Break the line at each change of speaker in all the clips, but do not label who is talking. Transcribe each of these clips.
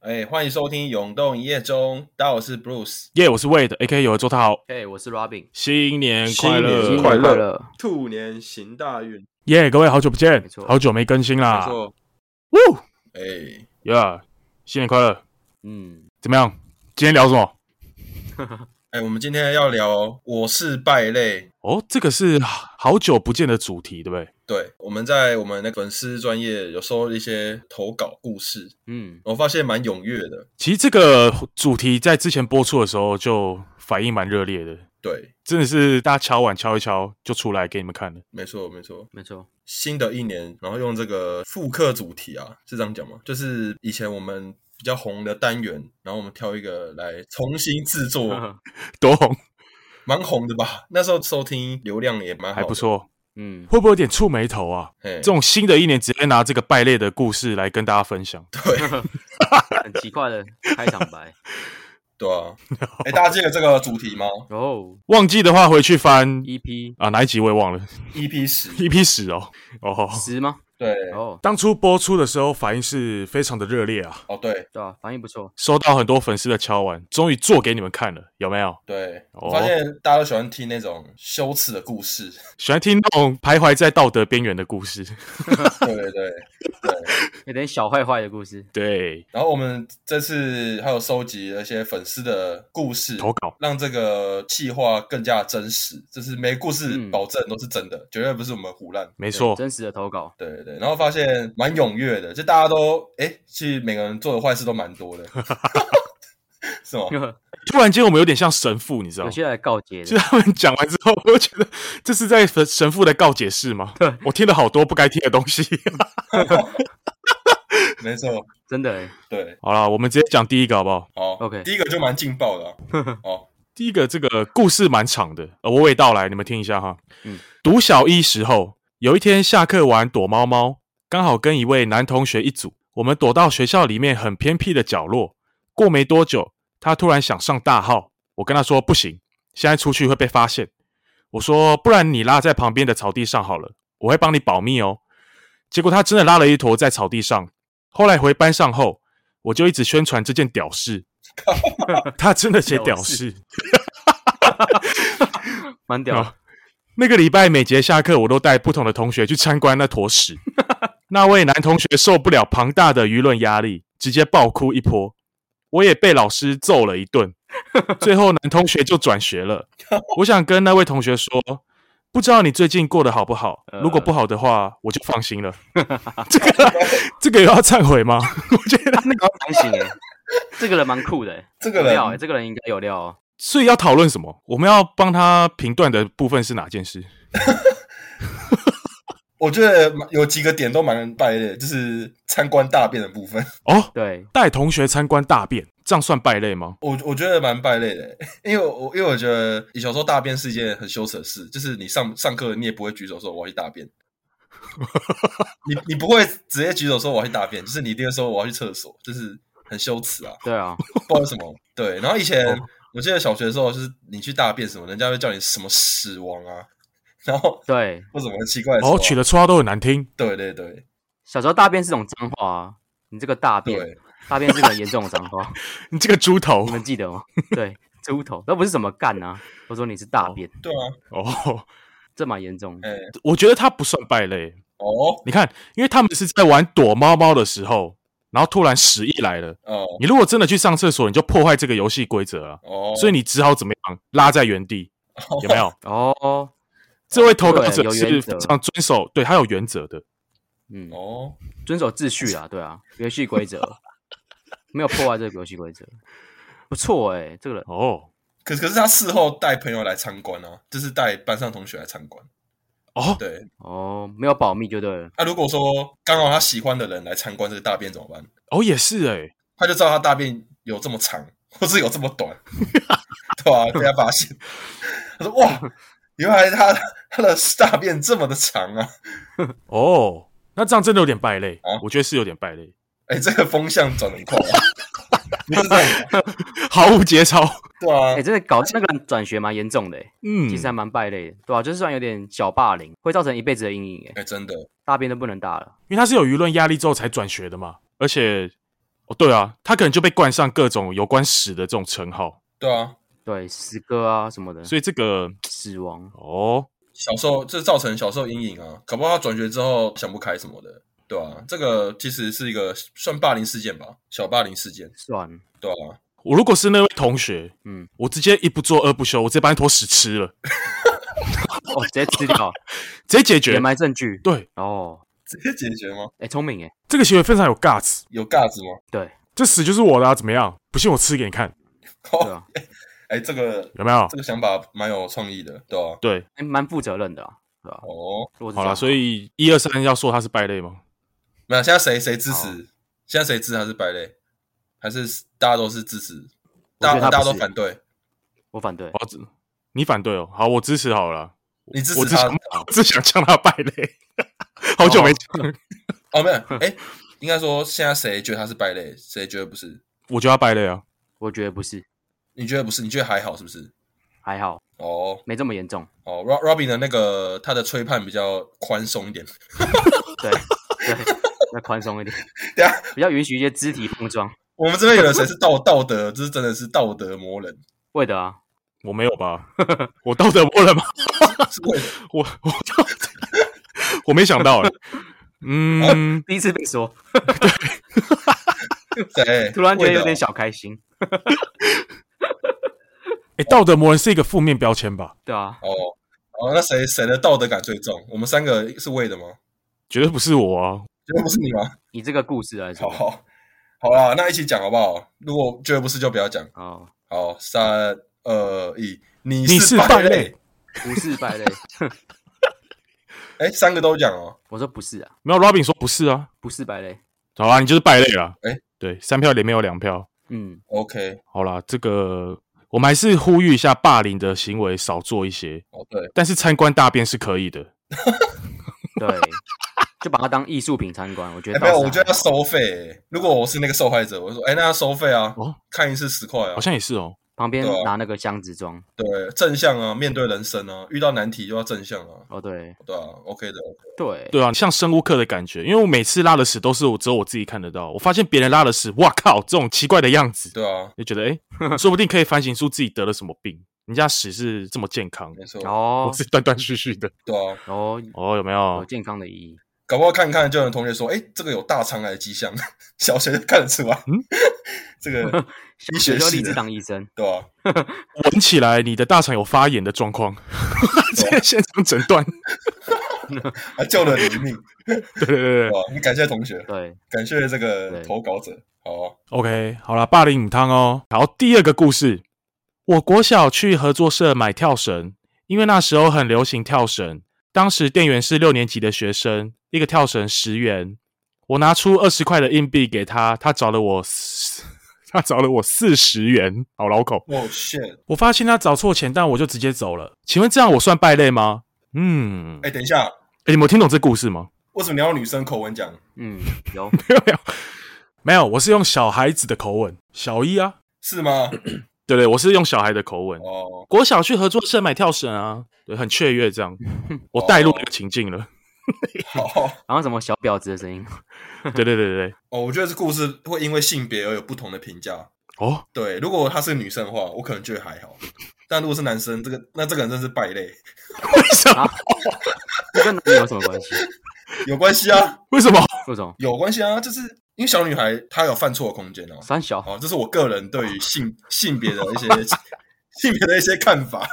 哎，欢迎收听《永动一夜中》，大家好，我是 Bruce。
耶我是 Wade，A.K. 有周他好，
嘿、哎我是 Robin，
新年呃快
新
乐
年！快乐
乐，
兔年行大运，
耶各位好久不见
没，错
好久没更新
没
啦！
错。
呜
哎，
，Yeah，新年快乐！
嗯，
怎么样？今天聊什么？
哎，我们今天要聊我是败类。
哦，这个是好久不见的主题，对不对？
对，我们在我们那个粉丝专业有收一些投稿故事，
嗯，
我发现蛮踊跃的。
其实这个主题在之前播出的时候就反应蛮热烈的，
对，
真的是大家敲碗敲一敲就出来给你们看了。
没错，没错。
没错，
新的一年，然后用这个复刻主题啊，是这样讲吗？就是以前我们比较红的单元，然后我们挑一个来重新制 作，
多红
蛮红的吧？那时候收听流量也蛮好
还
的，
不。错，
嗯，
会不会有点触眉头啊？
这
这种新的一年直接拿这个败类的故事来跟大家分享，
很奇怪的开场白。
对 啊，哎、大家记得这个主题吗
哦，E
忘记的话回去翻
，EP
啊哪一集我也忘了
？EP ？E 十，
，EP 十哦哦。
十吗？
对，
哦，
当初播出的时候，反应是非常的热烈啊，
哦，对
对啊，反应不错，
收到很多粉丝的敲碗，终于做给你们看了，有没有？
对，
哦
我发现大家都喜欢听那种羞耻的故事，
喜欢听那种徘徊在道德边缘的故事。
对对对。
有点小坏坏的故事。
对，
然后我们这次还有收集了一些粉丝的故事
投稿
让这个气话更加真实，就是每个故事
嗯
保证都是真的，绝对不是我们胡乱。
没错，
真实的投稿，
对对对，然后发现蛮踊跃的，就大家都哎，其实每个人做的坏事都蛮多 的，是 吗？
突然间我们有点像神父，你知道
有
吗？
些来告诫
就
的
啊是，他们讲完之后，我就觉得这是在神神父的告解室吗？我听了好多不该听的东西。
没错，
真的欸
对，
好啦，我们直接讲第一个好不好？
好
OK
第一个就蛮劲爆的、啊，哦，
第一个这个故事蛮长的，呃，娓娓道来，你们听一下哈。
嗯
读小一时候，有一天下课玩躲猫猫，刚好跟一位男同学一组，我们躲到学校里面很偏僻的角落。过没多久，他突然想上大号，我跟他说不行，现在出去会被发现。我说不然你拉在旁边的草地上好了，我会帮你保密哦。结果他真的拉了一坨在草地上。后来回班上后，我就一直宣传这件屌事，他真的写屌事。
蛮屌的。
那个礼拜每节下课，我都带不同的同学去参观那坨屎。那位男同学受不了庞大的舆论压力，直接爆哭一波。我也被老师揍了一顿。最后，男同学就转学了。我想跟那位同学说，不知道你最近过得好不好？如果不好的话，我就放心了。这个这个有要忏悔吗？我觉得，
那个还行哎，这个人蛮酷的欸，
这个
有
人
料哎，这个人应该有料哦。
所以要讨论什么？我们要帮他评断的部分是哪件事？
我觉得蛮有几个点都蛮败类的，就是参观大便的部分，
哦，
对，
带同学参观大便，这样算败类吗？
我我觉得蛮败类的，因为我因为我觉得你小时候大便是一件很羞耻的事，就是你上上课你也不会举手说我要去大便，你你不会直接举手说我要去大便，就是你一定会说我要去厕所，就是很羞耻啊，
对啊，
不知道为什么。对，然后以前我记得小学的时候，就是你去大便什么，人家会叫你什么屎王啊，然后
对，
或什么很奇怪的
哦，取
了，
的绰号都很难听。
对对对
小时候大便是种脏话啊，你这个大便，
对，
大便是个很严重的脏话。
你这个猪头
你们记 得吗？对，猪头，那不是什么干啊，我说你是大便，
对啊，
哦！
这蛮严重的。
哎、
我觉得他不算败类。
哦
你看，因为他们是在玩躲猫猫的时候，然后突然屎意来了。
哦
你如果真的去上厕所，你就破坏这个游戏规则啊！
哦，
所以你只好怎么样，拉在原地，有没有？
哦，
这位投稿者
对有
是
原则
非常遵守，对他有原则的。
嗯，
哦，
遵守秩序啦，对啊，游戏规则，没有破坏这个游戏规则，不错哎、这个人
哦
可可是他事后带朋友来参观啊，就是带班上同学来参观。
哦，
对，啊
哦，没有保密就对了，
那、如果说刚好他喜欢的人来参观这个大便怎么办？
哦也是哎、
他就知道他大便有这么长，或是有这么短，对吧、被他发现，他说：“哇，原来他他的大便这么的长啊
哦，那这样真的有点败类，
啊
我觉得是有点败类。！”
哎，这个风向转得很快、啊，不是这样吧，
毫无节操。
对啊
哎、，真的搞那个转学蛮严重的、欸，
嗯，
其实还蛮败类的，对吧、啊就是算有点小霸凌，会造成一辈子的阴影、欸，
哎，真的，
大便都不能大了。
因为他是有舆论压力之后才转学的嘛，而且，哦，对啊，他可能就被冠上各种有关屎的这种称号，
对啊，
对，死哥啊什么的，
所以这个，
死亡。
哦，
小时候这造成小时候阴影啊，搞不好他转学之后想不开什么的，对啊，这个其实是一个算霸凌事件吧，小霸凌事件，
算，
对啊，
我如果是那位同学，
嗯，
我直接一不做二不休，我直接把那坨屎吃了，
哦，直接吃 掉，
直接解决
掩。埋证据。
对，
哦，
直接解决吗？
哎、聪明哎，
这个行为非常有 guts，
有架子吗？
对，
这屎就是我的、啊，怎么样？不信我吃给你看，
对
哦，
啊，
哎、这个
有没有
这？个想法蛮有创意的，对啊，
对，
哎、蛮负责任的啊，对吧、
哦，
如果是
好
这
了，
样
所以一二三要说他是败类吗？
没有，现在谁谁支持
好？
现在谁支持还是白类？还是大家都是支持？
我
大
觉得他
大家
不
都
是
反对？
我反对
我。
哦
要支哦你反对哦，好，我支持好了啦，
你支
我
持
只
他？
想我只想呛他败类， 好久没呛，
哦，没有，哎、应该说现在谁觉得他是败类，谁觉得不是？
我觉得他败类啊，
我觉得不是，
你觉得不是？你觉得还好是不是？
还好，
哦
没这么严重。
哦，Rob Robin 的那个他的吹判比较宽松一点，
对对，要宽松一点，
等下
比较允许一些肢体碰撞。
我们这边有人谁是道道德，这是真的是道德魔人，
会的啊，
我没有吧？ 我道德过了吗？
是为
我我 我没想到哎、嗯，
第一次被说，
谁？
突然觉得
为了
有点小开心。
哎、道德魔人是一个负面标签吧？
对啊，
哦哦，那谁谁的道德感最重？我们三个是为的吗？
绝对不是我啊！
觉得不是你吗？
以这个故事来
好
说，
好好啦，那一起讲好不好？如果觉得不是就不要讲。
哦，
好，三二一，你
你是败
败
类
类。
不是败类。
哎，三个都讲哦。
我说不是啊，
没有，Robin 说不是啊，
不是败类。
好啦，你就是败类啦。
哎
对，三票里面有两票。
嗯，
OK，
好啦，这个我们还是呼吁一下，霸凌的行为少做一些，
哦对，
但是参观大便是可以的。
对，就把它当艺术品参观。我觉
哎
得
没有，
倒是
我觉得要
还好
收费。如果我是那个受害者，我就说哎，那要收费啊
哦，
看一次十块啊
好，像也是哦。
旁边
对啊
拿那个箱子装。
对，正向啊，面对人生啊，遇到难题就要正向啊，
哦，对
对啊，OK 的，OK
对
对啊，像生物课的感觉，因为我每次拉的屎都是我只有我自己看得到，我发现别人拉的屎，哇靠，这种奇怪的样子，
对啊，
就觉得哎、诶说不定可以反省出自己得了什么病。人家屎是这么健康，
没错，
哦
我是断断续续的。
对啊，
哦，
哦，有没
有
有？
健康的意义。
搞不好看看就有同学说，哎，这个有大肠癌的迹象，小学就看得出来
嗯，
这个
小
医学
学就
系
立志
的
当医生，
对啊吧？
闻起来你的大肠有发炎的状 况，直接现场诊断。
还救了你一命，
对对对
对
对
吧？我们感谢同学，
对，
感谢这个
对
投稿者，好啊。
，OK，好了，霸凌母汤哦。好，第二个故事，我国小去合作社买跳绳，因为那时候很流行跳绳，当时店员是六年级的学生，一个跳绳十元，我拿出二十块的硬币给他，他找了我四， 他找了我四十元，好老口。
哦、shit！
我发现他找错钱，但我就直接走了。请问这样我算败类吗？嗯，
哎、等一下，
诶你们有听懂这故事吗？
为什么你要用女生口吻讲？
嗯，有
没有，我是用小孩子的口吻，小一啊，
是吗？
对对，我是用小孩的口吻。
哦，
国小去合作社买跳绳啊，对，很雀跃这样，我带入那个情境了。
好，
然后什么小婊子的声音，
对对对对对，
哦，我觉得这故事会因为性别而有不同的评价。
哦，
对，如果她是女生的话，我可能觉得还好；但如果是男生，这个那这个人真是败类，
为什么？
这跟男女有什么关系？
有关系啊，
为什么？
陆总，
有关系啊，就是因为小女孩她有犯错的空间哦、
三小，
哦，这是我个人对于性性别的一些性别的一些看法。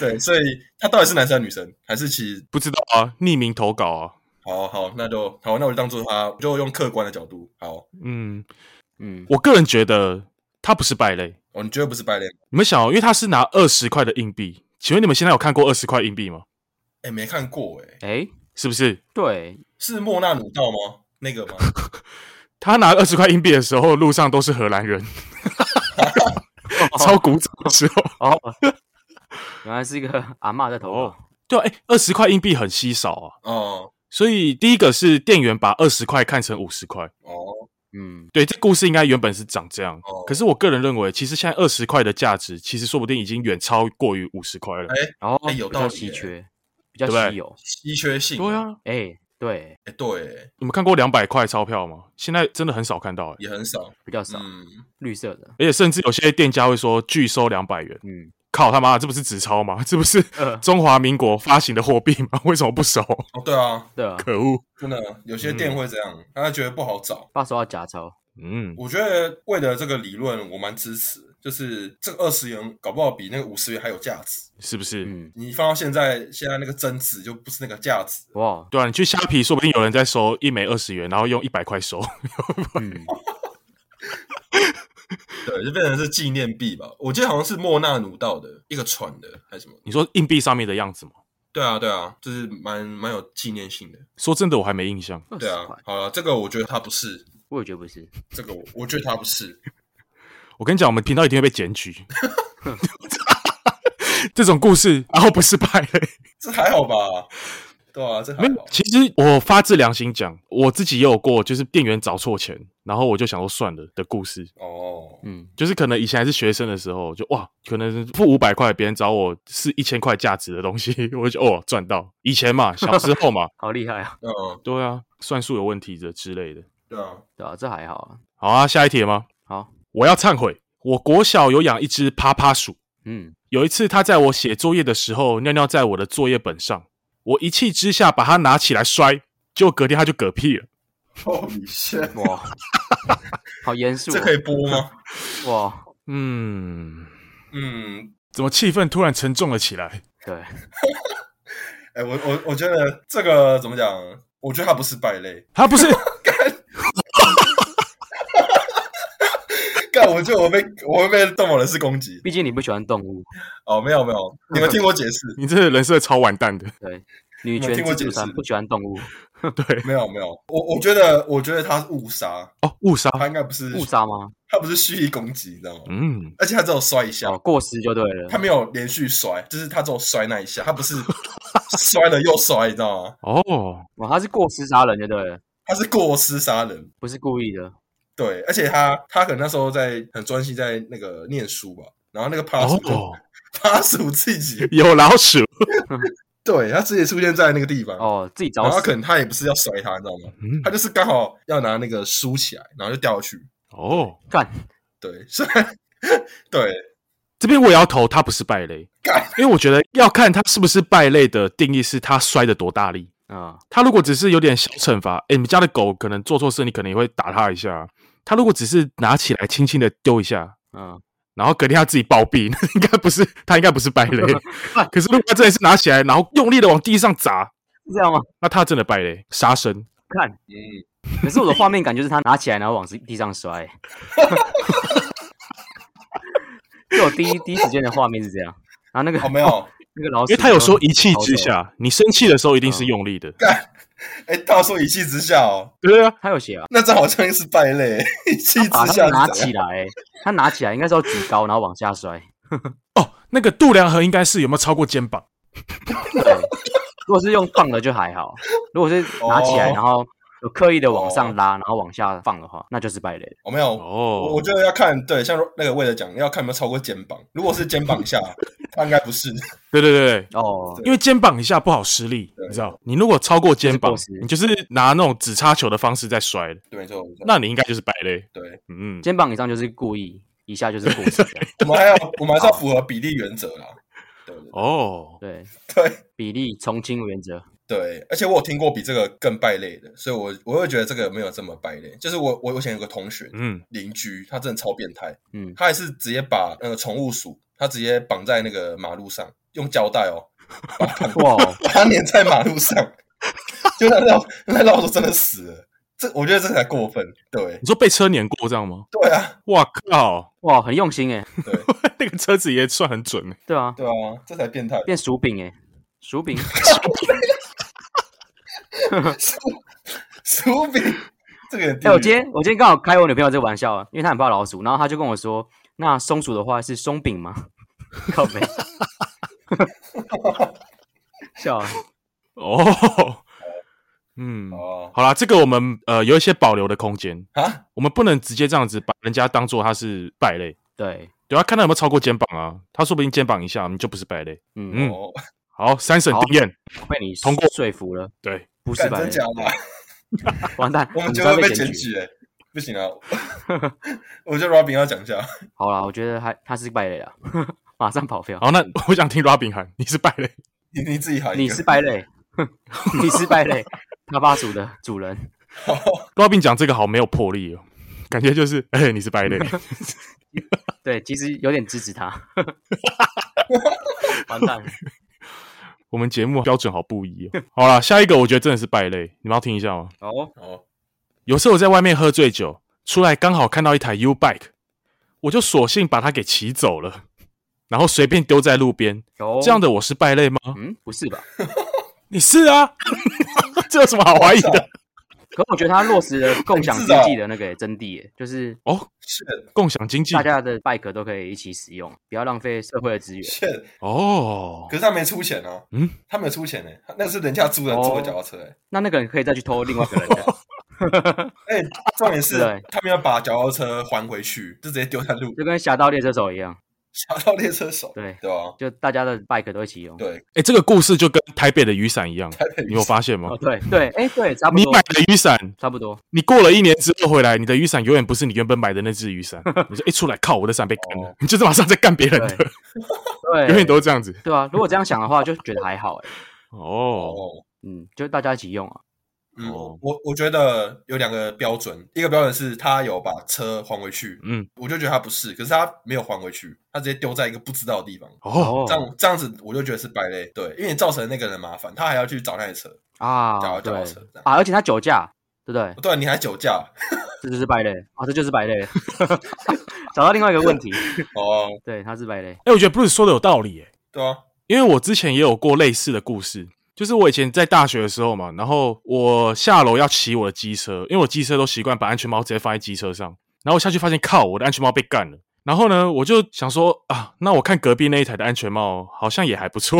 对，所以她到底是男生还是女生，还是其实
不知道啊，匿名投稿啊。
好好，那就好，那我就当做她，我就用客观的角度。好，
嗯，
嗯，
我个人觉得他不是败类。
哦，你觉得不是败类吗？
你们想哦，因为他是拿二十块的硬币，请问你们现在有看过二十块硬币吗？
哎、没看过哎、
哎，
是不是？
对，
是莫纳鲁道吗？那个吗？
他拿二十块硬币的时候，路上都是荷兰人， 超鼓掌的时候。
哦，原来是一个阿嬷在投稿，
对啊，哎、二十块硬币很稀少啊，
哦
所以第一个是店员把二十块看成五十块，
哦，
嗯，
对，这故事应该原本是长这样。
哦
可是我个人认为，其实现在二十块的价值，其实说不定已经远超过于五十块了
哎，
然后
哎有
比
道
较
理
稀
耶
缺，比较
对不对
稀有，
稀缺性。
对，啊，
哎、对，
哎，对，
你们看过两百块钞票吗？现在真的很少看到、哎
也很少。
比较少，
嗯，
绿色的，
而且甚至有些店家会说拒收两百元。
嗯，
靠他妈，这不是纸钞吗？这不是
呃
中华民国发行的货币吗？为什么不收？
哦，对啊，
对啊，
可恶！
真的有些店会这样，他觉得不好找。
八十要假钞，
嗯，
我觉得为了这个理论，我蛮支持。就是这个二十元，搞不好比那个五十元还有价值。
是不是？
嗯，
你放到现在，现在那个增值就不是那个价值。
哇，
对啊，你去虾皮，说不定有人在收一枚二十元，然后用一百块收。
嗯，
对，就变成是纪念币吧。我记得好像是莫纳鲁到的一个船的，还是什么？
你说硬币上面的样子吗？
对啊，对啊，就是蛮蛮有纪念性的。
说真的，我还没印象。
二
对
十
啊
块，，
好了，这个我觉得他不是，
我也觉得不是，
这个我我觉得他不 是。
我跟你讲，我们频道一定会被检举。 这种故事，然后不是败类。
这还好吧？对啊，这还
没有
好，。
其实我发自良心讲，我自己也有过，就是店员找错钱，然后我就想说算了的故事。
哦，
嗯，
就是可能以前还是学生的时候，就哇，可能付五百块，别人找我是一千块价值的东西，我就哦赚到。以前嘛，小时候嘛，
好厉害啊，
嗯，
对啊，算术有问题的之类的。
对啊，
对啊，这还好啊，
好啊，下一题了吗？
好，
我要忏悔，我国小有养一只趴趴鼠，
嗯，
有一次它在我写作业的时候尿尿在我的作业本上，我一气之下把它拿起来摔，结果隔天它就嗝屁了。
哦，你是
哇，好严肃、
这
哦，
可以播吗？
哇，
嗯，
嗯，
怎么气氛突然沉重了起来？
对，
哎、我我我觉得这个怎么讲？我觉得他不是败类，
它 不是
干，我觉得我被我会被动物人士攻击。
毕竟你不喜欢动物，
哦，没有没有，你们听我解释，
你这个人设超完蛋的，
对，女
我
权
听过
自助
解
餐
释
不喜欢动物，
对
没有没有，我我觉得我觉得他是误杀，
哦，误杀，
他应该不是
啊误，杀吗？
他不是蓄意攻击，你知道吗？
嗯。
而且他只有摔一下，
哦，过失就对了
他，没有连续摔，就是他只有摔那一下，他不 是摔了又摔，你知道吗？
哦，
哇，他是过失杀人就对了，
他是过失杀人，
不是故意的，
对，而且他他可能那时候在很专心在那个念书吧，然后那个趴鼠就
哦，
趴鼠自己，
有老鼠，
对他自己出现在那个地方，
哦，自己
嗯
找
然后
死
可，能他也不是要摔他，你知道吗？
嗯
他，就是刚好要拿那个梳起来，然后就掉下去，
哦，
干，
对，所以对
这边我也要投，他不是败类
干，
因为我觉得要看他是不是败类的定义是他摔的多大力。
嗯，
他如果只是有点小惩罚，哎，你们家的狗可能做错事，你可能也会打它一下。他如果只是拿起来轻轻的丢一下，
嗯，
然后隔天他自己暴毙， 那应该不是他应该不是败 类。可是如果他真的是拿起来，然后用力的往地上砸，
是这样吗？
那他真的败类，杀生。
看，
嗯，
可是我的画面感就是他拿起来然后往地上摔， 就我第一第一时间的画面是这样，然后那个
哦没有，
那个老
因
鼠，
为他有说一气之，下，你生气的时候一定
嗯
是用力的。
哎，他说一气之下哦，
对啊，
他有写啊，
那这好像是败类，一气之
把
下是怎
它拿
样
起来，他拿起来应该是要举高然后往下摔，
哦，那个度量衡应该是有没有超过肩膀？
对，如果是用放的就还好，如果是拿起来
哦
然后。有刻意的往
哦
上拉，然后往下放的话，那就是败类。
哦没有，
哦
我我觉得要看对，像那个为了讲要看有没有超过肩膀，如果是肩膀下， 他应该不是，
对对对对，
哦，
因为肩膀以下不好施力，
对
你知道，你如果超过肩膀
就是过，失
你就是拿那种只插球的方式在摔了，
对，没错，没错
那你应该就是败类。
对。
嗯，
肩膀以上就是故意，以下就是故事。
我们还要，我们还是要符合比例原则啦。对对
哦，
对，
对
比例从轻原 则。
对，而且我有听过比这个更败类的，所以我我会觉得这个没有这么败类。就是我我我以前有个同学
嗯，
邻居，他真的超变态，
嗯，
他也是直接把那个宠物鼠，他直接绑在那个马路上，用胶带哦，
哇，
把它粘在马路上， 就那老那老鼠真的死了。这我觉得这才过分，对
你说被车碾过这样吗？
对啊，
哇靠，
哇，很用心哎，
对
那个车子也算很准欸
对啊，
对啊，这才变态。
变薯饼哎，薯饼
薯饼，这个有点地
哎，
狱
我今天我今天刚好开我女朋友这个玩笑啊，因为她很怕老鼠，然后她就跟我说，那松鼠的话是松 饼吗？靠背， 笑啊，啊
哦，嗯，嗯
哦，
好啦，这个我们呃有一些保留的空间，
啊，
我们不能直接这样子把人家当做他是败类。
对，
对啊，看他有没有超过肩膀啊，他说不定肩膀一下你就不是败类。
嗯，
嗯
哦，
好，三审
好
定验，
我被你
通过
说服了，
对，
不是
干
白
真
人
假的啊？
完蛋，
我们
你
就
快
会被
检
检举哎，不行 啊！我觉得 Robin 要讲一下，
好啦，我觉得他他是败类了， 马上跑票。
好，那 我想听 Robin 喊你是败类，
你你自己喊一
你
个
是败类， 你是败类，他巴组的主人，
Robin 讲这个好没有魄力哦，感觉就是哎、你是败类，
对，其实有点支持 他。完蛋了，
我们节目标准好不一哦。 好啦，下一个我觉得真的是败类，你们要听一下吗？
哦，
哦，
有时候我在外面喝醉酒，出来刚好看到一台 U bike，我就索性把它给骑走了，然后随便丢在路边。
有
这样，的我是败类吗？
嗯，不是吧？
你是啊， 这有什么好怀疑
啊
的？
可我觉得他落实了共
哎
享经
哦
济的那个真谛耶，就是
哦，
是
共享经济
大家的 bike 都可以一起使用，不要浪费社会的资源。
是，
哦
可，是他没出钱啊，
嗯，哦
他没有出钱哎，那是人家租人租的脚踏车哎，
那那个人可以再去偷另外一个人的，
哎，重点是
对
他们要把脚踏车还回去，就直接丢在路，
就跟《侠盗猎车手》一样，
杀到列车手，
对，
对吧？
就大家的 bike 都一起用。
对，
哎、这个故事就跟台北的雨伞一样，
北雨伞
你有发现吗
哦，？对对，哎，对，差不
你
多
买，的雨伞，
差不多，
你过了一年之后回来，你的雨伞永远不是你原本买的那只雨伞。你说一出来，靠，我的伞被干了，
哦
你就是马上在干别人的，
对，
永远都是这样子。
对啊。如果这样想的话，就觉得还好哎。
哦，
哦。
嗯，就大家一起用啊。
嗯，
哦
我我觉得有两个标准，一个标准是他有把车还回去，
嗯，
我就觉得他不是，可是他没有还回去，他直接丢在一个不知道的地方，
哦，
这样这样子我就觉得是败类，对，因为你造成那个人麻烦，他还要去找那台车，脚
啊，
脚
对
踏车这样，
啊，而且他酒驾，对不对？
对，你还酒驾，
这就是败类啊，这就是败类。 找到另外一个问 题，
哦，
对，他是败类。
哎、我觉得 Bruce 说的有道理、欸，
对啊，
因为我之前也有过类似的故事，就是我以前在大学的时候嘛，然后我下楼要骑我的机车，因为我机车都习惯把安全帽直接放在机车上，然后我下去发现靠，我的安全帽被干了。然后呢，我就想说啊，那我看隔壁那一台的安全帽好像也还不 错，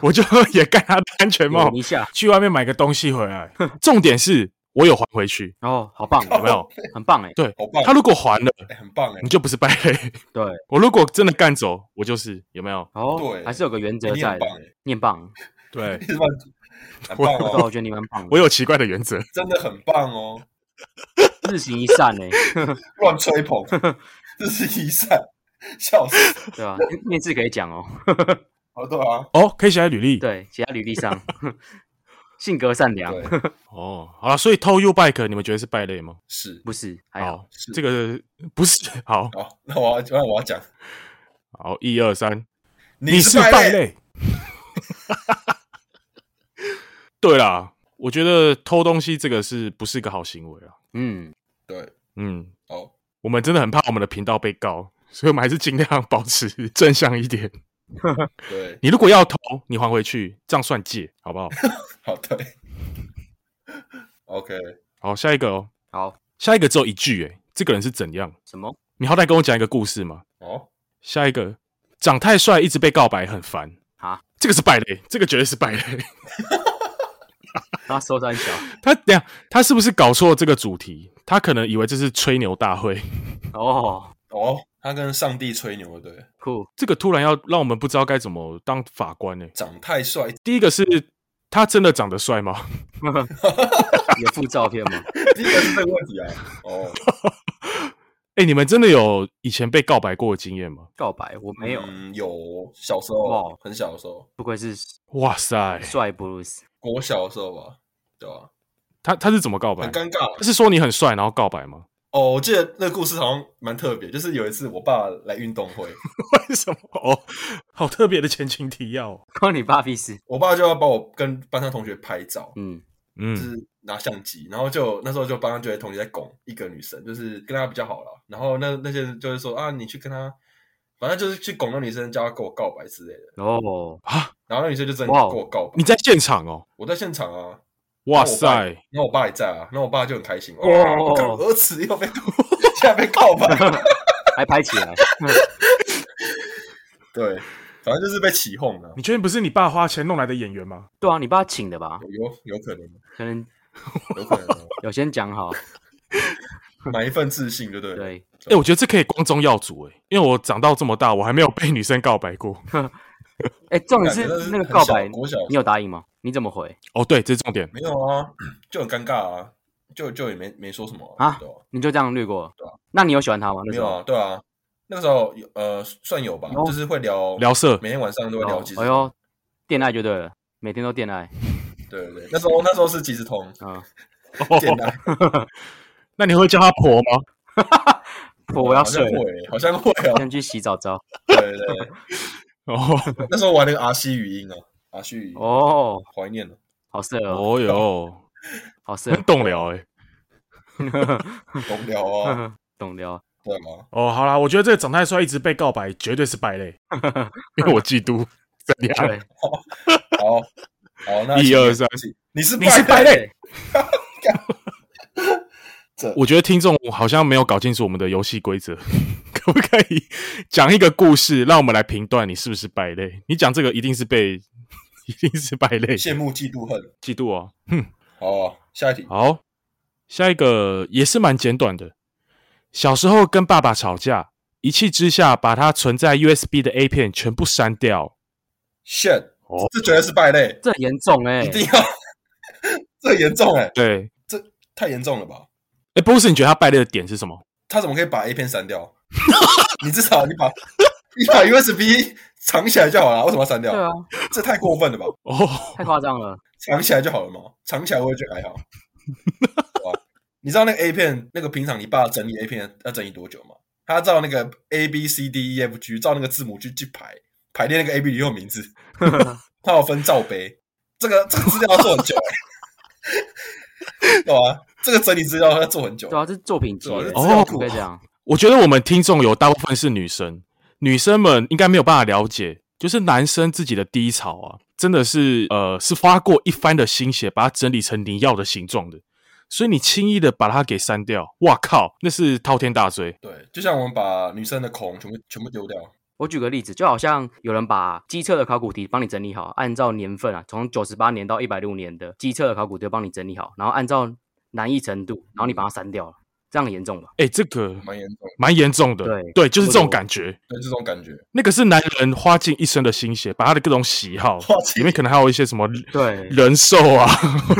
我就也干他的安全帽
演，一下，
去外面买个东西回来。重点是我有还回去，
哦，好棒，
有没有？
很棒哎。
好棒，
他如果还了，
哎很棒哎
你，就不是败类；
对，
我如果真的干走，我就是有没有？
哦
对，
还是有个原则
你
在
很
的
棒，哎，
念棒。
对
你很 棒，很棒
对，啊我
哦，
觉得你蛮棒的，
我有奇怪的原则。
真的很棒哦，
日行一善哎，
乱吹捧， 这是一善，笑死，
对吧？面面试可以讲哦，
哦，对啊，
哦，可以写在履历。
对，写在履历上。 性格善良，
对，
哦，好了，所以偷 U bike 你们觉得是败类吗？
是，
不是还好。
是
这个不是好
好，那我要那我要讲，
好一二三，
你
是败。类。 对啦，我觉得偷东西这个是不是一个好行为啊？
嗯，
对，
嗯，
哦，
我们真的很怕我们的频道被告，所以我们还是尽量保持 正向一点。
对，
你如果要偷，你还回去，这样算借，好不好？
好，对，OK，
好，下一个哦，
好，
下一个只有一句、欸，诶，这个人是怎样？
什么？
你好歹跟我讲一个故事嘛。
哦，
下一个，长太帅一直被告白很烦
啊，
这个是败类，这个绝对是败类。
他收山小
他等一下他是不是搞错这个主题？他可能以为这是吹牛大会。
哦，
哦，他跟上帝吹牛，对，
酷，
这个突然要让我们不知道该怎么当法官呢、
长太帅，
第一个是他真的长得帅吗？
有附照片吗？
第一个是这个问题啊，哦，
哎、你们真的有以前被告白过的经验吗？
告白我 没有，
嗯，有，小时
哇
候，很小的时候，
不愧是
哇塞，
帅 Bruce，
国小的时候吧，对吧？
他他是怎么告白
很？尴尬
他，是说你很帅然后告白 吗？
哦，我记得那个故事好像蛮特别，就是有一次我爸来运动 会，
为什么？哦，好特别的前情提要、哦。
关你爸屁事。
我爸就要帮我跟班上同学拍照，
嗯，
就
嗯，
是拿相机，然后就那时候就班上就有同学在拱一个女生，就是跟她比较好了，然后那那些人就会说啊，你去跟她，反正就是去拱那女生，叫她跟我告白之类的，
哦，
啊
然后那女生就真的
哇哦
跟我告白，
你在现场哦。
我在现场啊，
哇
那我
塞，
然后我爸也在啊，然后我爸就很开心，哇，
哦
我看我儿子又被现在被告白，
还拍起来，
对，反正就是被起哄了、
你确定不是你爸花钱弄来的演员吗？
对啊，你爸请的吧？
有有可能，
可能
有可能 哦
有先讲好，
买一份自信，对不对？，
对，
哎、我觉得这可以光宗耀祖哎、因为我长到这么大，我还没有被女生告白过。
哎，重点是那个告白，
国小
你有答应吗？你怎么回？
哦，对，这是重点。
没有啊？就很尴尬啊，就就也没没说什么
啊
对吧？
你就这样略过
对啊？
那你有喜欢他吗？那
没
时
有
候
啊，对啊，那个时候有呃算有吧，
有
就是会聊
聊色
每天晚上都会聊即时
哎
通，
呦，恋爱就对了，每天都恋爱，
对对对，那时候那时候是即时通，
嗯，
简单，
哦那你会叫她婆吗？
我我
好
要
像
睡了，
会，好像会哦，
先去洗澡澡。
对对 对，
哦，
那时候玩那个 R C 语音啊，R C 语音，
哦，
怀念了，
好色哦，
哦哟，
好 色
很，懂聊哎、
懂聊啊，
懂了。
对啊吗？
哦，好啦，我觉得这个长太帅一直被告白，绝对是败类， 因为我嫉妒。怎样？
对，
好，好，那
一
请
二三，
你是
你是败
败类，
类。我觉得听众好像没有搞清楚我们的游戏规则， 可不可以讲一个故事，让我们来评断你是不是败类？你讲这个一定是被， 一定是败类，
羡慕嫉妒恨，
嫉妒哦。
好啊，下一题，
好，下一个也是蛮简短的。小时候跟爸爸吵架，一气之下把他存在 USB 的 A 片全部删掉。
shit，
哦
这绝对是败类，
这很严重哎
一，定要， 这很严重哎，
对，
太严重了吧？
哎，波士，你觉得他败类的点是什么？
他怎么可以把 A 片删 掉？你至少你把你把 USB 藏起来就好了，为什么要删掉？
对啊，
这太过分了吧？
哦，
太夸张了。
藏起来就好了嘛，藏起来我也觉得还好。对吧你知道那个 A 片，那个平常你爸整理 A 片要整理多久吗？他照那个 A B C D E F G，照那个字母去去排排列那个 A B 里面有名字，他有分罩杯。这个这个资料要做很久、欸，对吧？这个整理资料要做很久，
对啊，这是作品集
对啊这
欸
资料库
不可以这样。
我觉得我们听众有大部分是女生，女生们应该没有办法了解，就是男生自己的低潮啊，真的是呃是花过一番的心血把它整理成你要的形状的，所以你轻易的把它给删掉，哇靠，那是滔天大罪。
对，就像我们把女生的孔全部全部丢掉，
我举个例子，就好像有人把机测的考古题帮你整理好，按照年份啊，从九十八年到一百六年的机测的考古题帮你整理好，然后按照难易程度，然后你把它删掉了，这样很严重吧？
哎，这个
蛮严重的，
蛮严重的，
对
就是这
差
种
不多
感觉。
对这种感觉。
那个是男人花尽一生的心血，把他的各种喜 好
花，尽
哦里面可能还有一些什么
对，
人兽啊、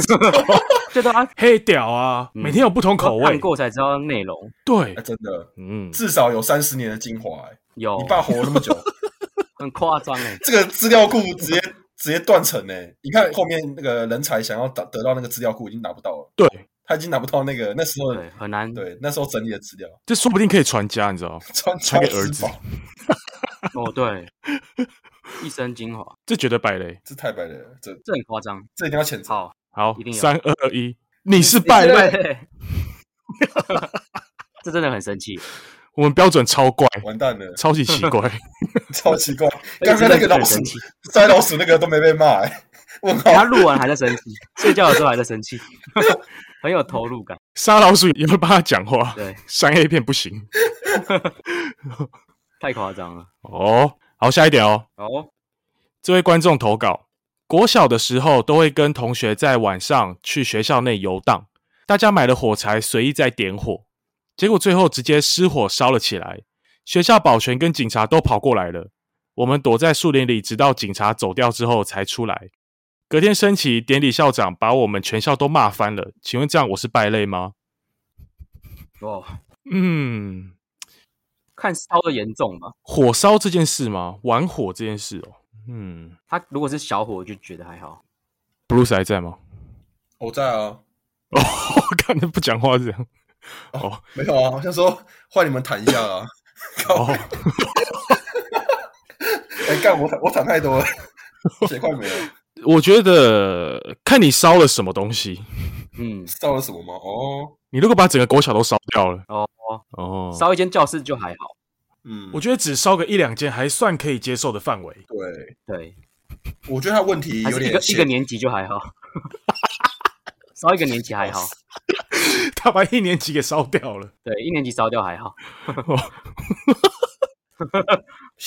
就 对啊，
黑屌啊，
嗯
每天有不同口
看
味。
过才呃知道内容。
对
哎、，真的，
嗯，
至少有三十年的精华、哎，
有
你爸活了那么久，
很夸张哎，
这个资料库直接直接断层哎、你看后面那个人才想要得得到那个资料库已经拿不到了，
对，
他已经拿不到那个那时候
对，很难
对那时候整理的资料，
这说不定可以传家，你知道吗？
传
传给
家之
儿子
宝
哦，对，一身精华，
这绝对败类。
这太白了，这
这很夸张。
这一定要谴责。
好，
好
一定，有
三二一，你是败 类。
类，这真的很生气。
我们标准超 怪，
完蛋了，
超级奇怪。
超奇怪！刚刚那个
真的
老
很
鼠
生气，
塞老鼠那个都没被骂、哎，问号
他录完还在生气，睡觉的时候还在生气， 很有投入感。
杀老鼠也会帮他讲话，
对，
删 A 片不行。
太夸张了。
哦，好，下一点哦。
哦，
这位观众投稿：国小的时候都会跟同学在晚上去学校内游荡，大家买了火柴随意在点火，结果最后直接失火烧了起来。学校保全跟警察都跑过来了，我们躲在树林里，直到警察走掉之后才出来。隔天升旗，典礼校长把我们全校都骂翻了。请问这样我是败类吗？
哦，
嗯，
看烧的严重吧。
火烧这件事吗？玩火这件事哦。嗯
他如果是小火，我就觉得还好。
，Bruce 还在吗？
我在啊，
哦，看他不讲话是这样。哦，
没有啊，好像说换你们谈一下啊。 靠
哦，
哎、干我躺我躺太多了，血快没了。
我觉得看你烧了什么东西。
嗯，
知道了什么吗？哦，
你如果把整个国小都烧掉了，
哦
哦，
烧一间教室就还好。
嗯，
我觉得只烧个一两件还算可以接受的范围。
对，
对，
我觉得他问题
还
有
是一
点
个一
邪
个年级就还好。 烧一个年级还好，
他把一年级给烧掉了，
对，一年级烧掉还好。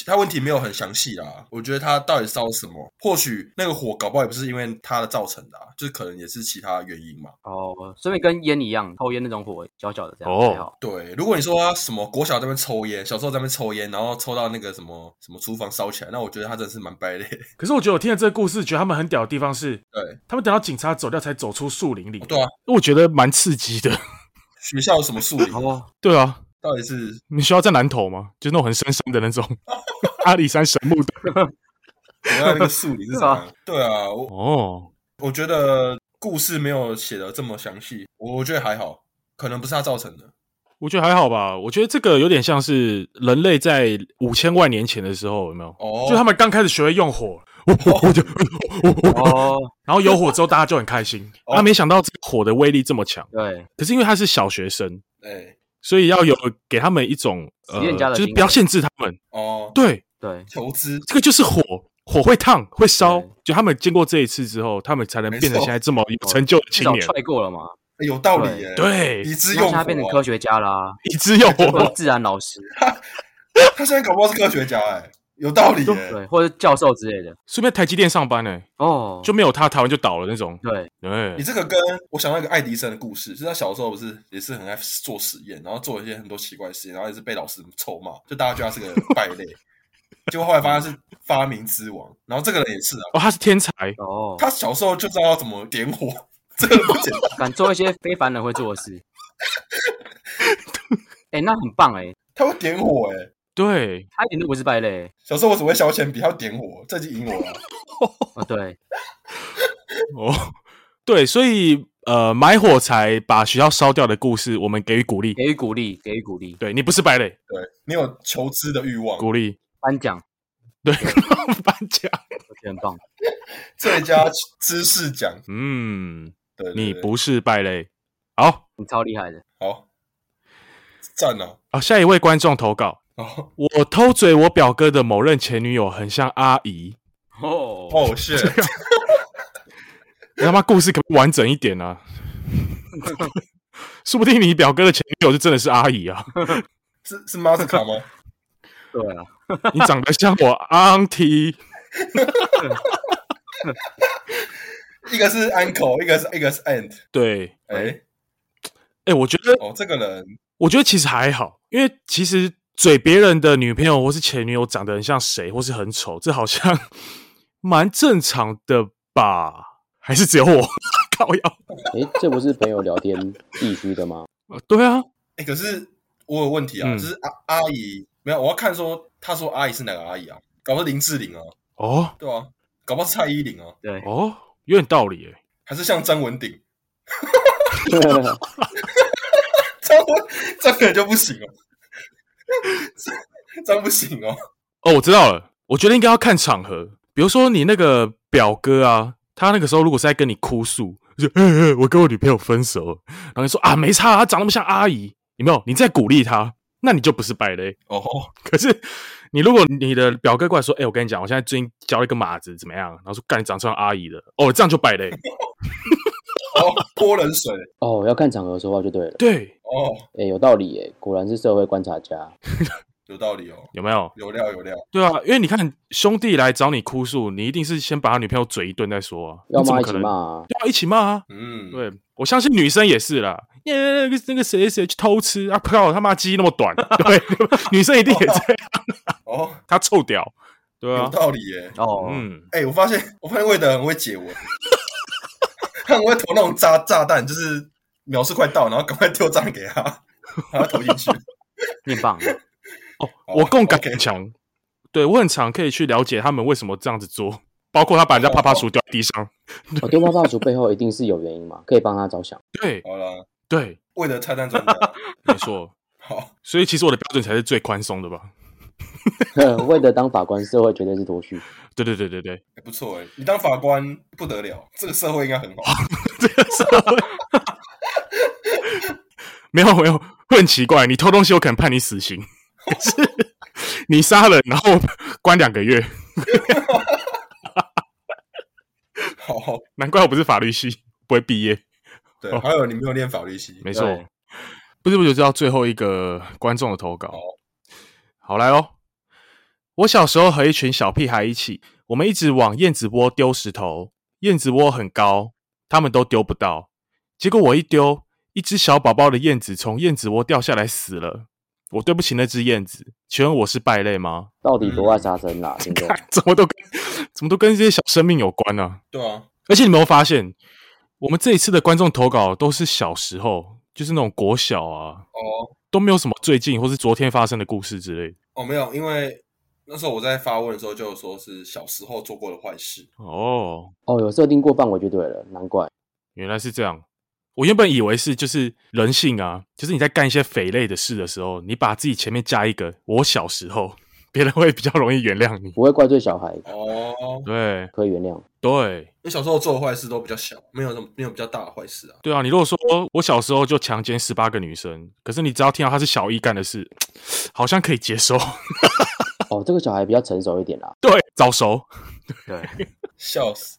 他问题没有很详细啦，我觉得他到底烧什么？或许那个火搞不好也不是因为它的造成的、啊，就是可能也是其他原因嘛。
哦，顺便跟烟一样，抽烟那种火小小的这样
哦
还好。
对，如果你说他什么国小在那边抽烟，小时候在那边抽烟，然后抽到那个什么什么厨房烧起来，那我觉得他真的是蛮败类的。
可是我觉得我听了这个故事，觉得他们很屌的地方是，
对，
他们等到警察走掉才走出树林里。
对啊，
我觉得蛮刺激的。
学校有什么树林？
哦，
对啊，
到底是
你需要在南投吗？就那种很深山的那 种阿里山神木的。
我要那个树林是什 么样？对啊，我
哦，
我觉得故事没有写的这么详细，我觉得还好，可能不是他造成的。
我觉得还好吧。我觉得这个有点像是人类在五千万年前的时候，有没有？
哦，
就他们刚开始学会用火，我就，呃
哦，
然后有火之后大家就很开心。啊
哦
他没想到这个火的威力这么强，
对，
可是因为他是小学生，
哎，
所以要有给他们一种呃
实验家，的
就是
精神
不要限制他们。
哦，
对，
对，
求知，
这个就是火，火会烫会烧
对。
就他们经过这一次之后，他们才能
没
变成
错
现在这么有成就的
至
青
少
年。
踹过了嘛，
哎有道理耶。，
对，
以知
那
用
现
火
在变成科
啊，
学家啦，
一直用
或 者
火。
自然老师，
他现在搞不好是科学家哎，有道理耶。
对，或者教授之类的。
顺便台积电上班呢、
哦，
就没有他台湾就倒了那种。
对，
对
你，这个跟我想到一个爱迪生的故事，就是他小时候不是也是很爱做实验，然后做一些很多奇怪的实验，然后也是被老师臭骂，就大家觉得他是个败 类。结果后来发现他是发明之王，然后这个人也是啊，
哦，他是天才，
哦，
他小时候就知道要怎么点火， 这个不简单。
敢做一些非凡人会做的事。 哎、那很棒哎、
他会点火哎、
对，
他一点都不是败类、
小时候我只会削铅笔，他会点火，这就赢我了。
哦，对，
哦，对，所以呃，买火柴把学校烧掉的故事，我们给予鼓励。
给予鼓励，给予鼓励，
对你不是败类，
对你有求知的欲望，
鼓励。
颁奖，
对，颁奖。
我觉得很棒。
最佳知识奖。
嗯，
对对
你
对
不是败类。好，
你超厉害的，
好，赞了、
好，下一位观众投稿。
哦
我偷嘴我表哥的某任前女友很像阿姨，
哦，
哦，是
你他妈故事可不可以完整一点啊？ 说不定你表哥的前女友就真的是阿姨啊！
是是 m a s t e r 吗？
对啊，
你长得像我 auntie，
一个是 uncle，一个是一个是 aunt。
对，
哎、
哎、我觉得，
哦，这个人
我觉得其实还好，因为其实嘴别人的女朋友或是前女友长得很像谁，或是很丑，这好像 蛮正常的吧？还是只有我 靠腰？
哎、这不是朋友聊天必须的吗？
呃对啊，
哎、可是我有问题啊，
嗯
就是阿阿姨没有，我要看说他说阿姨是哪个阿姨啊？搞不好是林志玲啊，
哦
对啊，搞不好是蔡依林啊，
对，
哦，有点道理诶。
还是像张文鼎？
哦
张文张个就不行哦，张张不行哦。
哦，我知道了，我觉得应该要看场合，比如说你那个表哥啊，他那个时候如果是在跟你哭诉，就、 欸欸、我跟我女朋友分手了，然后你说啊没差啊，她长那么像阿姨，有没有？你在鼓励他，那你就不是败类。
哦，
可是你如果你的表哥过来说，哎、我跟你讲，我现在最近交了一个马子，怎么样？然后说干，你长成阿姨了，哦，这样就败类。
哦，泼冷水
哦，要看场合说话就对了。
对，
哦，
哎、有道理耶，果然是社会观察家。
有道理哦，
有没有？
有料有料。
对啊，因为你看兄弟来找你哭诉，你一定是先把他女朋友嘴一顿再说啊，
要
你怎
骂
么
一
可
起
能
骂啊！
对啊，一起骂啊。
嗯，，
对，我相信女生也是啦。耶、那个那个谁谁去偷吃啊？靠，他妈鸡那么短，对， 女生一定也这样，
哦，
他臭屌，对
有
啊，
道理耶。
哦，
嗯，
哎、我发现，我发现魏德很会解文，他很会投那种炸炸弹，就是秒数快到，然后赶快丢炸弹给他，然后投进去。
你很棒，
哦，
哦
我共感
OK
很强，对我很常可以去了解他们为什么这样子做，包括他把人
哦
家啪啪鼠掉在地上，
我哦丢包爆竹背后一定是有原因嘛，可以帮他着想。
对
好了，
对，
魏德拆弹专家，
没错，
好，
所以其实我的标准才是最宽松的吧？
为了当法官，社会绝对是脱序。
对对对对对，
欸不错哎、你当法官不得了，这个社会应该很 好。
这个社会没有没有会很奇怪，你偷东西有可能判你死刑，可是 你杀人然后关两个月。
好，
难怪我不是法律系，不会毕业。
对，还有你没有念法律系，
哦没错
对，
不知不觉就到最后一个观众的投稿
好。
好来哦，我小时候和一群小屁孩一起，我们一直往燕子窝丢石头。燕子窝很高，他们都丢不到。结果我一丢，一只小宝宝的燕子从燕子窝掉下来死了。我对不起那只燕子，请问我是败类吗？
到底多爱杀生 啦，听众？
怎么都跟怎么都跟这些小生命有关呢、
对啊，
而且你有没有发现，我们这一次的观众投稿都是小时候，就是那种国小啊，
哦
都没有什么最近或是昨天发生的故事之类的。
哦，没有，因为那时候我在发问的时候就有说是小时候做过的坏事。
哦，
哦，有设定过范围就对了，难怪。
原来是这样。我原本以为是就是人性啊，就是你在干一些匪类的事的时候，你把自己前面加一个“我小时候”，别人会比较容易原谅你。
不会怪罪小孩，
哦，
对
可以原谅。
对
因为小时候做的坏事都比较小，没有那么没有比较大的坏事啊。
对啊！你如果说我小时候就强奸十八个女生，可是你只要听到她是小一干的事，好像可以接受。
哦，这个小孩比较成熟一点啦。
对，早熟。
对，
笑死！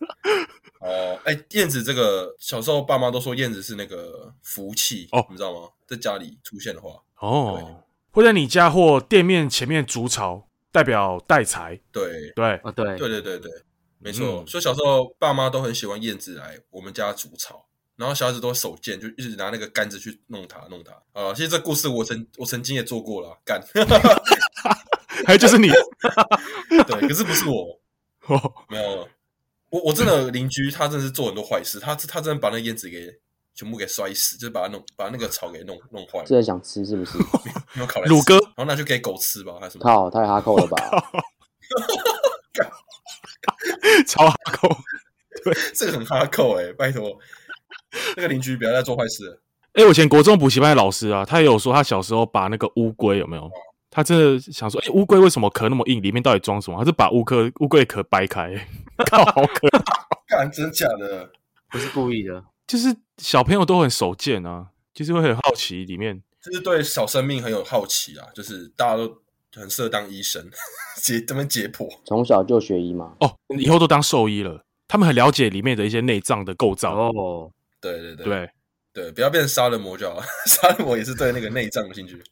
哦，哎，燕子这个小时候爸妈都说燕子是那个福气
哦
你知道吗？在家里出现的话，
哦，会在你家或店面前面筑巢，代表带财。
对，
对，
哦对，
对对对对，没错。
嗯
所以小时候爸妈都很喜欢燕子来我们家煮草，然后小孩子都手贱，就一直拿那个杆子去弄它，弄它。啊，其实这故事我曾我曾经也做过了，干，
还有 就是你
对，可是不是我，
哦，
没有，我我真的邻居他真的是做很多坏事，他他真的把那个燕子给。全部给摔死，就是把它弄，把那个草给弄弄坏了
是。在想吃是不是？
没有烤来吃
乳鸽，
然后拿去给狗吃吧，还是什么？
靠，太哈扣了吧？
超哈扣。
这个很哈扣哎、拜 托，那个邻居不要再做坏事了。
哎、我以前国中补习班的老师啊，他也有说他小时候把那个乌龟有没有？他真的想说，哎、乌龟为什么壳那么硬？里面到底装什么？他是把乌壳乌龟壳掰开、靠，好可，
干，真假的？
不是故意的，
就是小朋友都很手贱啊，就是会很好奇里面。
就是对小生命很有好奇啊，就是大家都很适合当医生， 解他们解剖。
从小就学医嘛，
哦，以后都当兽医了，他们很了解里面的一些内脏的构造。
哦，
对对对
对，
对不要变成杀人魔就好了。 杀人魔也是对那个内脏有兴趣，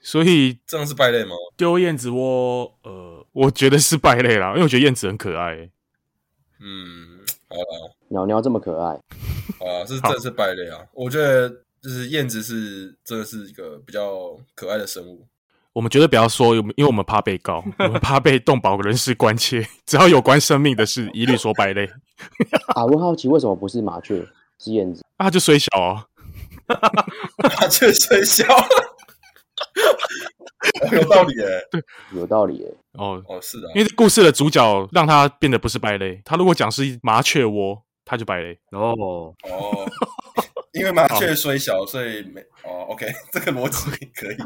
所以
这样是败类吗？
丢燕子窝，呃，我觉得是败类啦，因为我觉得燕子很可爱、欸
嗯，好了
鸟鸟这么可爱，
好 了，是真的是败类啊。我觉得就是燕子是真的是一个比较可爱的生物。
我们绝对不要说，因为我们怕被 告，我们怕被动保人士关切。 只要有关生命的事，一律说败类。
啊，我好奇为什么不是麻雀，是燕子？
啊，就虽小啊，
麻雀虽小，哦 有道理哎、
有道理耶。
哦，
哦，是啊
因，为这故事的主角让他变得不是败类。他如果讲是麻雀窝，他就败类。
哦，
哦，因为麻雀虽小，所以没哦，OK，这 个逻辑可以。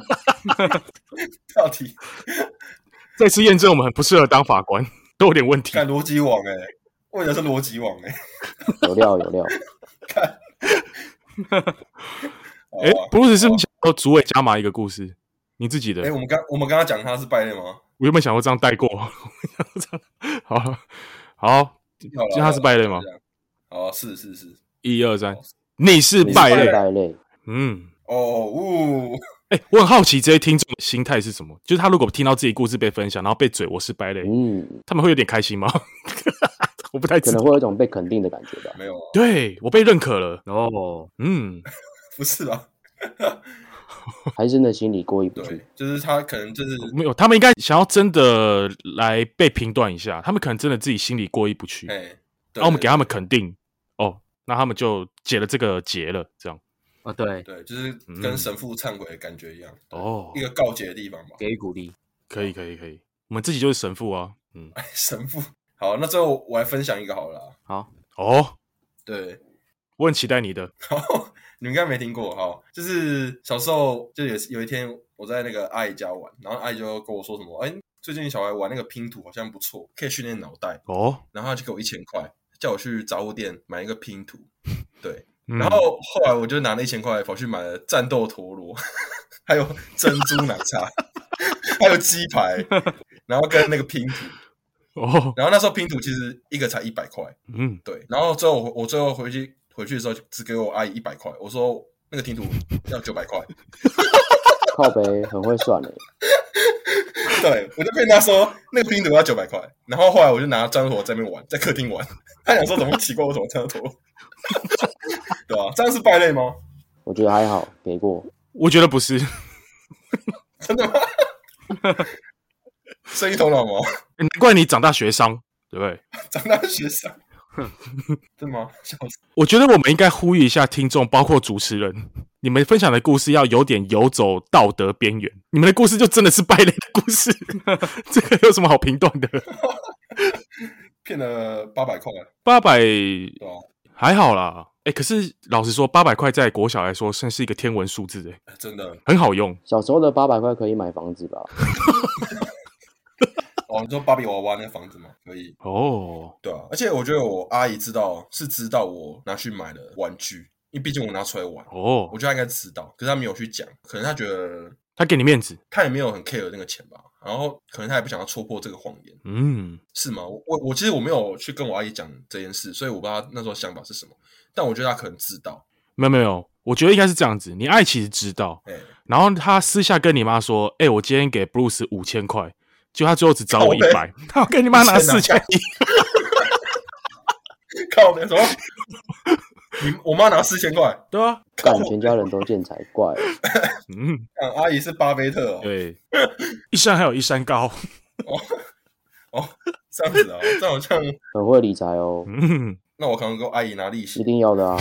到底
再次验证我们很不适合当法官， 都有点问题。
看逻辑网哎、为的是逻辑网哎、
有料有料，
哎、
好啊
不是是不是想要主委加码一个故事？你自己的，
哎、我们刚我们刚刚讲他是败类吗？
我原本想要这样带过， 我想要这样好好，
好了
就他是败类吗？
哦，是是是，
一二三，哦你 是
你是
败类。
败类，
嗯，
哦呜，
哎、我很好奇这些听众的心态是什么？就是他如果听到自己故事被分享，然后被嘴我是败类，
嗯，
他们会有点开心吗？ 我不太
可
知道
能。会有一种被肯定的感觉吧。
没有啊，
对我被认可了，
哦，
嗯，
不是啊，
还是真的心里过意不去
对，，就是他可能就是
没有，他们应该想要真的来被评断一下，他们可能真的自己心里过意不去，
哎、
然
对
后我们给他们肯定，哦，那他们就解了这个结了，这样，
哦对，
对，就是
嗯
跟神父忏悔的感觉一样，
哦
一，个告解的地方吧。
给予鼓励，
可以可以可以，我们自己就是神父啊，嗯，
神父，好，那最后我来分享一个好了啊，
好，
哦，
对，
我很期待你的，
然后你们应该没听过哈，就是小时候就有有一天我在那个阿姨家玩，然后阿姨就跟我说什么，哎、最近小孩玩那个拼图好像不错，可以训练脑袋，
哦，
然后他就给我一千块，叫我去杂货店买一个拼图，对，
嗯
然后后来我就拿了一千块跑去买了战斗陀螺， 还有珍珠奶茶， 还有鸡排， 然后跟那个拼图，
哦，
然后那时候拼图其实一个才一百块，
嗯，
对，然后最后我我最后回去回去的时候，只给我阿姨一百块，我说那个拼图要九百块，
靠北很会算嘞，
对，我就骗他说那个拼图要九百块，然后后来我就拿战斗陀在那边玩，在客厅玩。他想说怎么奇怪，我怎么战斗陀？ 对啊吧、这样是败类吗？
我觉得还好，给过。
我觉得不是，
真的吗？生意头脑吗？
难怪你长大学商，对不对？
长大学 生，对吗？笑死！
我觉得我们应该呼吁一下听众，包括主持人，你们分享的故事要有点游走道德边缘。你们的故事就真的是败类的故事， 这个有什么好评断的？
骗了八百块，
八百
对吧、啊
还好啦，哎、可是老实说，八百块在国小来说算是一个天文数字，哎，
真的
很好用。
小时候的八百块可以买房子吧？
哦，你说芭比娃娃那个房子吗？可以，
哦，
对啊。而且我觉得我阿姨知道是知道我拿去买的玩具，因为毕竟我拿出来玩，我
哦，
觉得她应该知道，可是她没有去讲，可能她觉得
他给你面子，
她也没有很 care 那个钱吧，然后可能她也不想要戳破这个谎言，
嗯，
是吗？我我我其实我没有去跟我阿姨讲这件事，所以我不知道她那时候想法是什么，但我觉得她可能知道，
没有没有，我觉得应该是这样子。你爱其实知道，
哎、
然后他私下跟你妈说：“哎、我今天给 Bruce 五千块，结果他最后只找我一
靠
百，他要跟你妈拿
啊
四千一。
靠，没什么，你我妈拿四千块，”
对啊，
干，全家人都见财，怪了。
嗯，
看阿姨是巴菲特哦，
对， 一山还有一山高，
这样子啊，这好像
很会理财哦，
嗯，
那我可能跟我阿姨拿利息
一定要的 啊。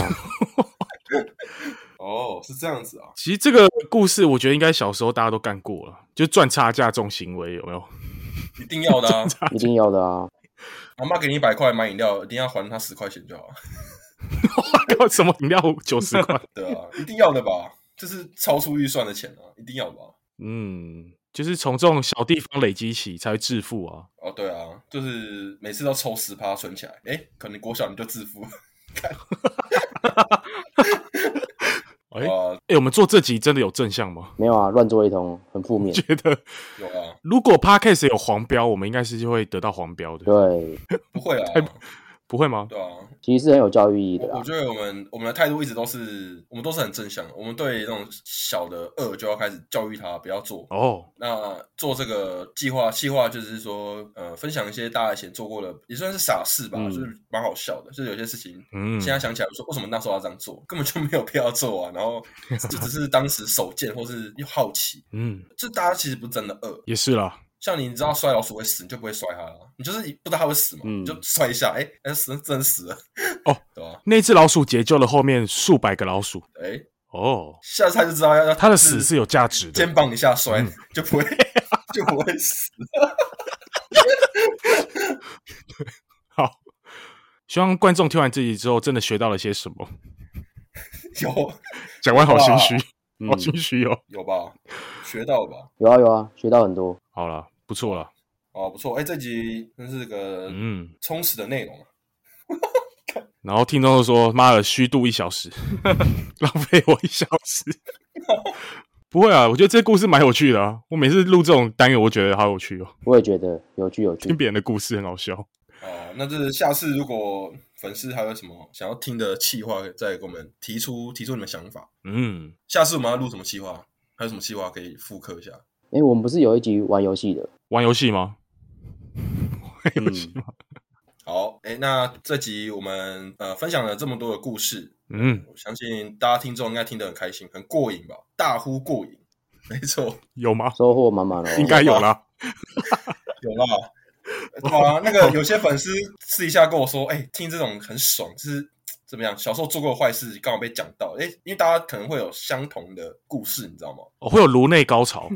哦，是这样子啊，
其实这个故事我觉得应该小时候大家都干过了，就赚差价这种行为有没 有？
一定要的啊，
一定要的啊！
阿妈给你一百块买饮料，一定要还她十块钱就好，
搞什么饮料九十块？
对啊，一定要的吧，这是超出预算的钱啊，一定要吧，
嗯，就是从这种小地方累积起才会致富啊。
哦，对啊，就是每次都抽十趴存起来，哎，可能国小你就致富了，
哎、哎、
啊，
我们做这集真的有正向吗？
没有啊，乱做一通，很负面。
觉得
有啊，
如果 Podcast 有黄标，我们应该是就会得到黄标
啊
的，
对，
不会啊，
不会吗？
对啊，
其实是很有教育意义的
我
啦
啊
我。觉得我们我们的态度一直都是，我们都是很正向的。我们对那种小的恶就要开始教育他不要做。
哦，
那做这个计划，计划就是说，呃，分享一些大家以前做过的，也算是傻事吧，
嗯
就是蛮好笑的。就是有些事情，
嗯，
现在想起来说，为什么那时候要这样做，根本就没有必要做啊。然 后就只是当时手贱或是又好奇，
嗯。
这大家其实不是真的恶。
也是啦，
像你知道摔老鼠会死，你就不会摔它了，你就是不知道它会死嘛，
嗯
你就摔一下，哎、哎死真的死了，
哦，
对吧？
那只老鼠解救了后面数百个老鼠。
哎、
哦，
下次他就知道要要
它的死是有价值的嗯
肩。膀一下摔、就不会 就不会死。
好，希望观众听完这集之后，真的学到了些什么。
有
讲完好心虚，
嗯
好心虚哦。
有吧？学到了吧？
有啊有啊，学到很多。
好了，不错了。
哦，不错，哎、这集真是个
嗯，
充实的内容啊！
然后听众就说：“妈的，虚度一小时， 浪费我一小时。” 不会啊，我觉得这故事蛮有趣的啊。我每次录这种单元，我觉得好有趣哦，
我也觉得有趣有
听
趣。
别人的故事很好笑。
哦，那就是下次如果粉丝还有什么想要听的企划，再给我们提出提出你们想法。
嗯，
下次我们要录什么企划？还有什么企划可以复刻一下？
哎、我们不是有一集玩游 戏的？
玩游戏吗？玩游戏
嗯
吗？
好，哎、那这集我们呃分享了这么多的故事，
嗯，
我相信大家听众应该听得很开心，很过瘾吧？大呼过瘾，没错，
有吗？
收获满满哦。
应该有啦。
有啦。对啊，那个有些粉丝私底下跟我说，哎、听这种很爽，就是怎么样？小时候做过的坏事刚好被讲到，哎、因为大家可能会有相同的故事，你知道吗？
哦会有颅内高 潮，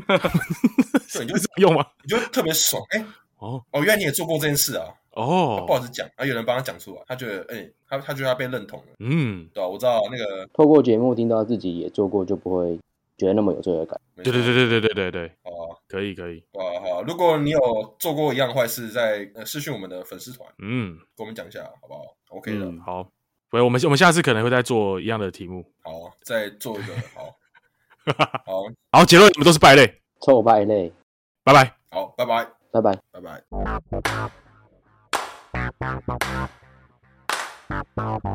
对，你就
用吗？
你就特别爽，哎、
哦
哦，原来你也做过这件事啊，不好
哦，
意思讲，啊，有人帮他讲出来，他觉得，哎、他他觉得他被认同了，
嗯，
对吧、我知道那个，
透过节目听到自己也做过，就不会觉得那么有罪恶感。
对
对对对对对对对对，
啊。
可以可以，
哇，好！啊如果你有做过一样坏事，在呃私讯我们的粉丝团，
嗯
跟我们讲一下，好不好？OK 的，
嗯，好，喂，我们我们下次可能会再做一样的题目。
好，啊再做一个，好，好，
好，结论你们都是败类，
臭败类，
拜拜。
好，拜拜，
拜拜。
拜拜。
Thank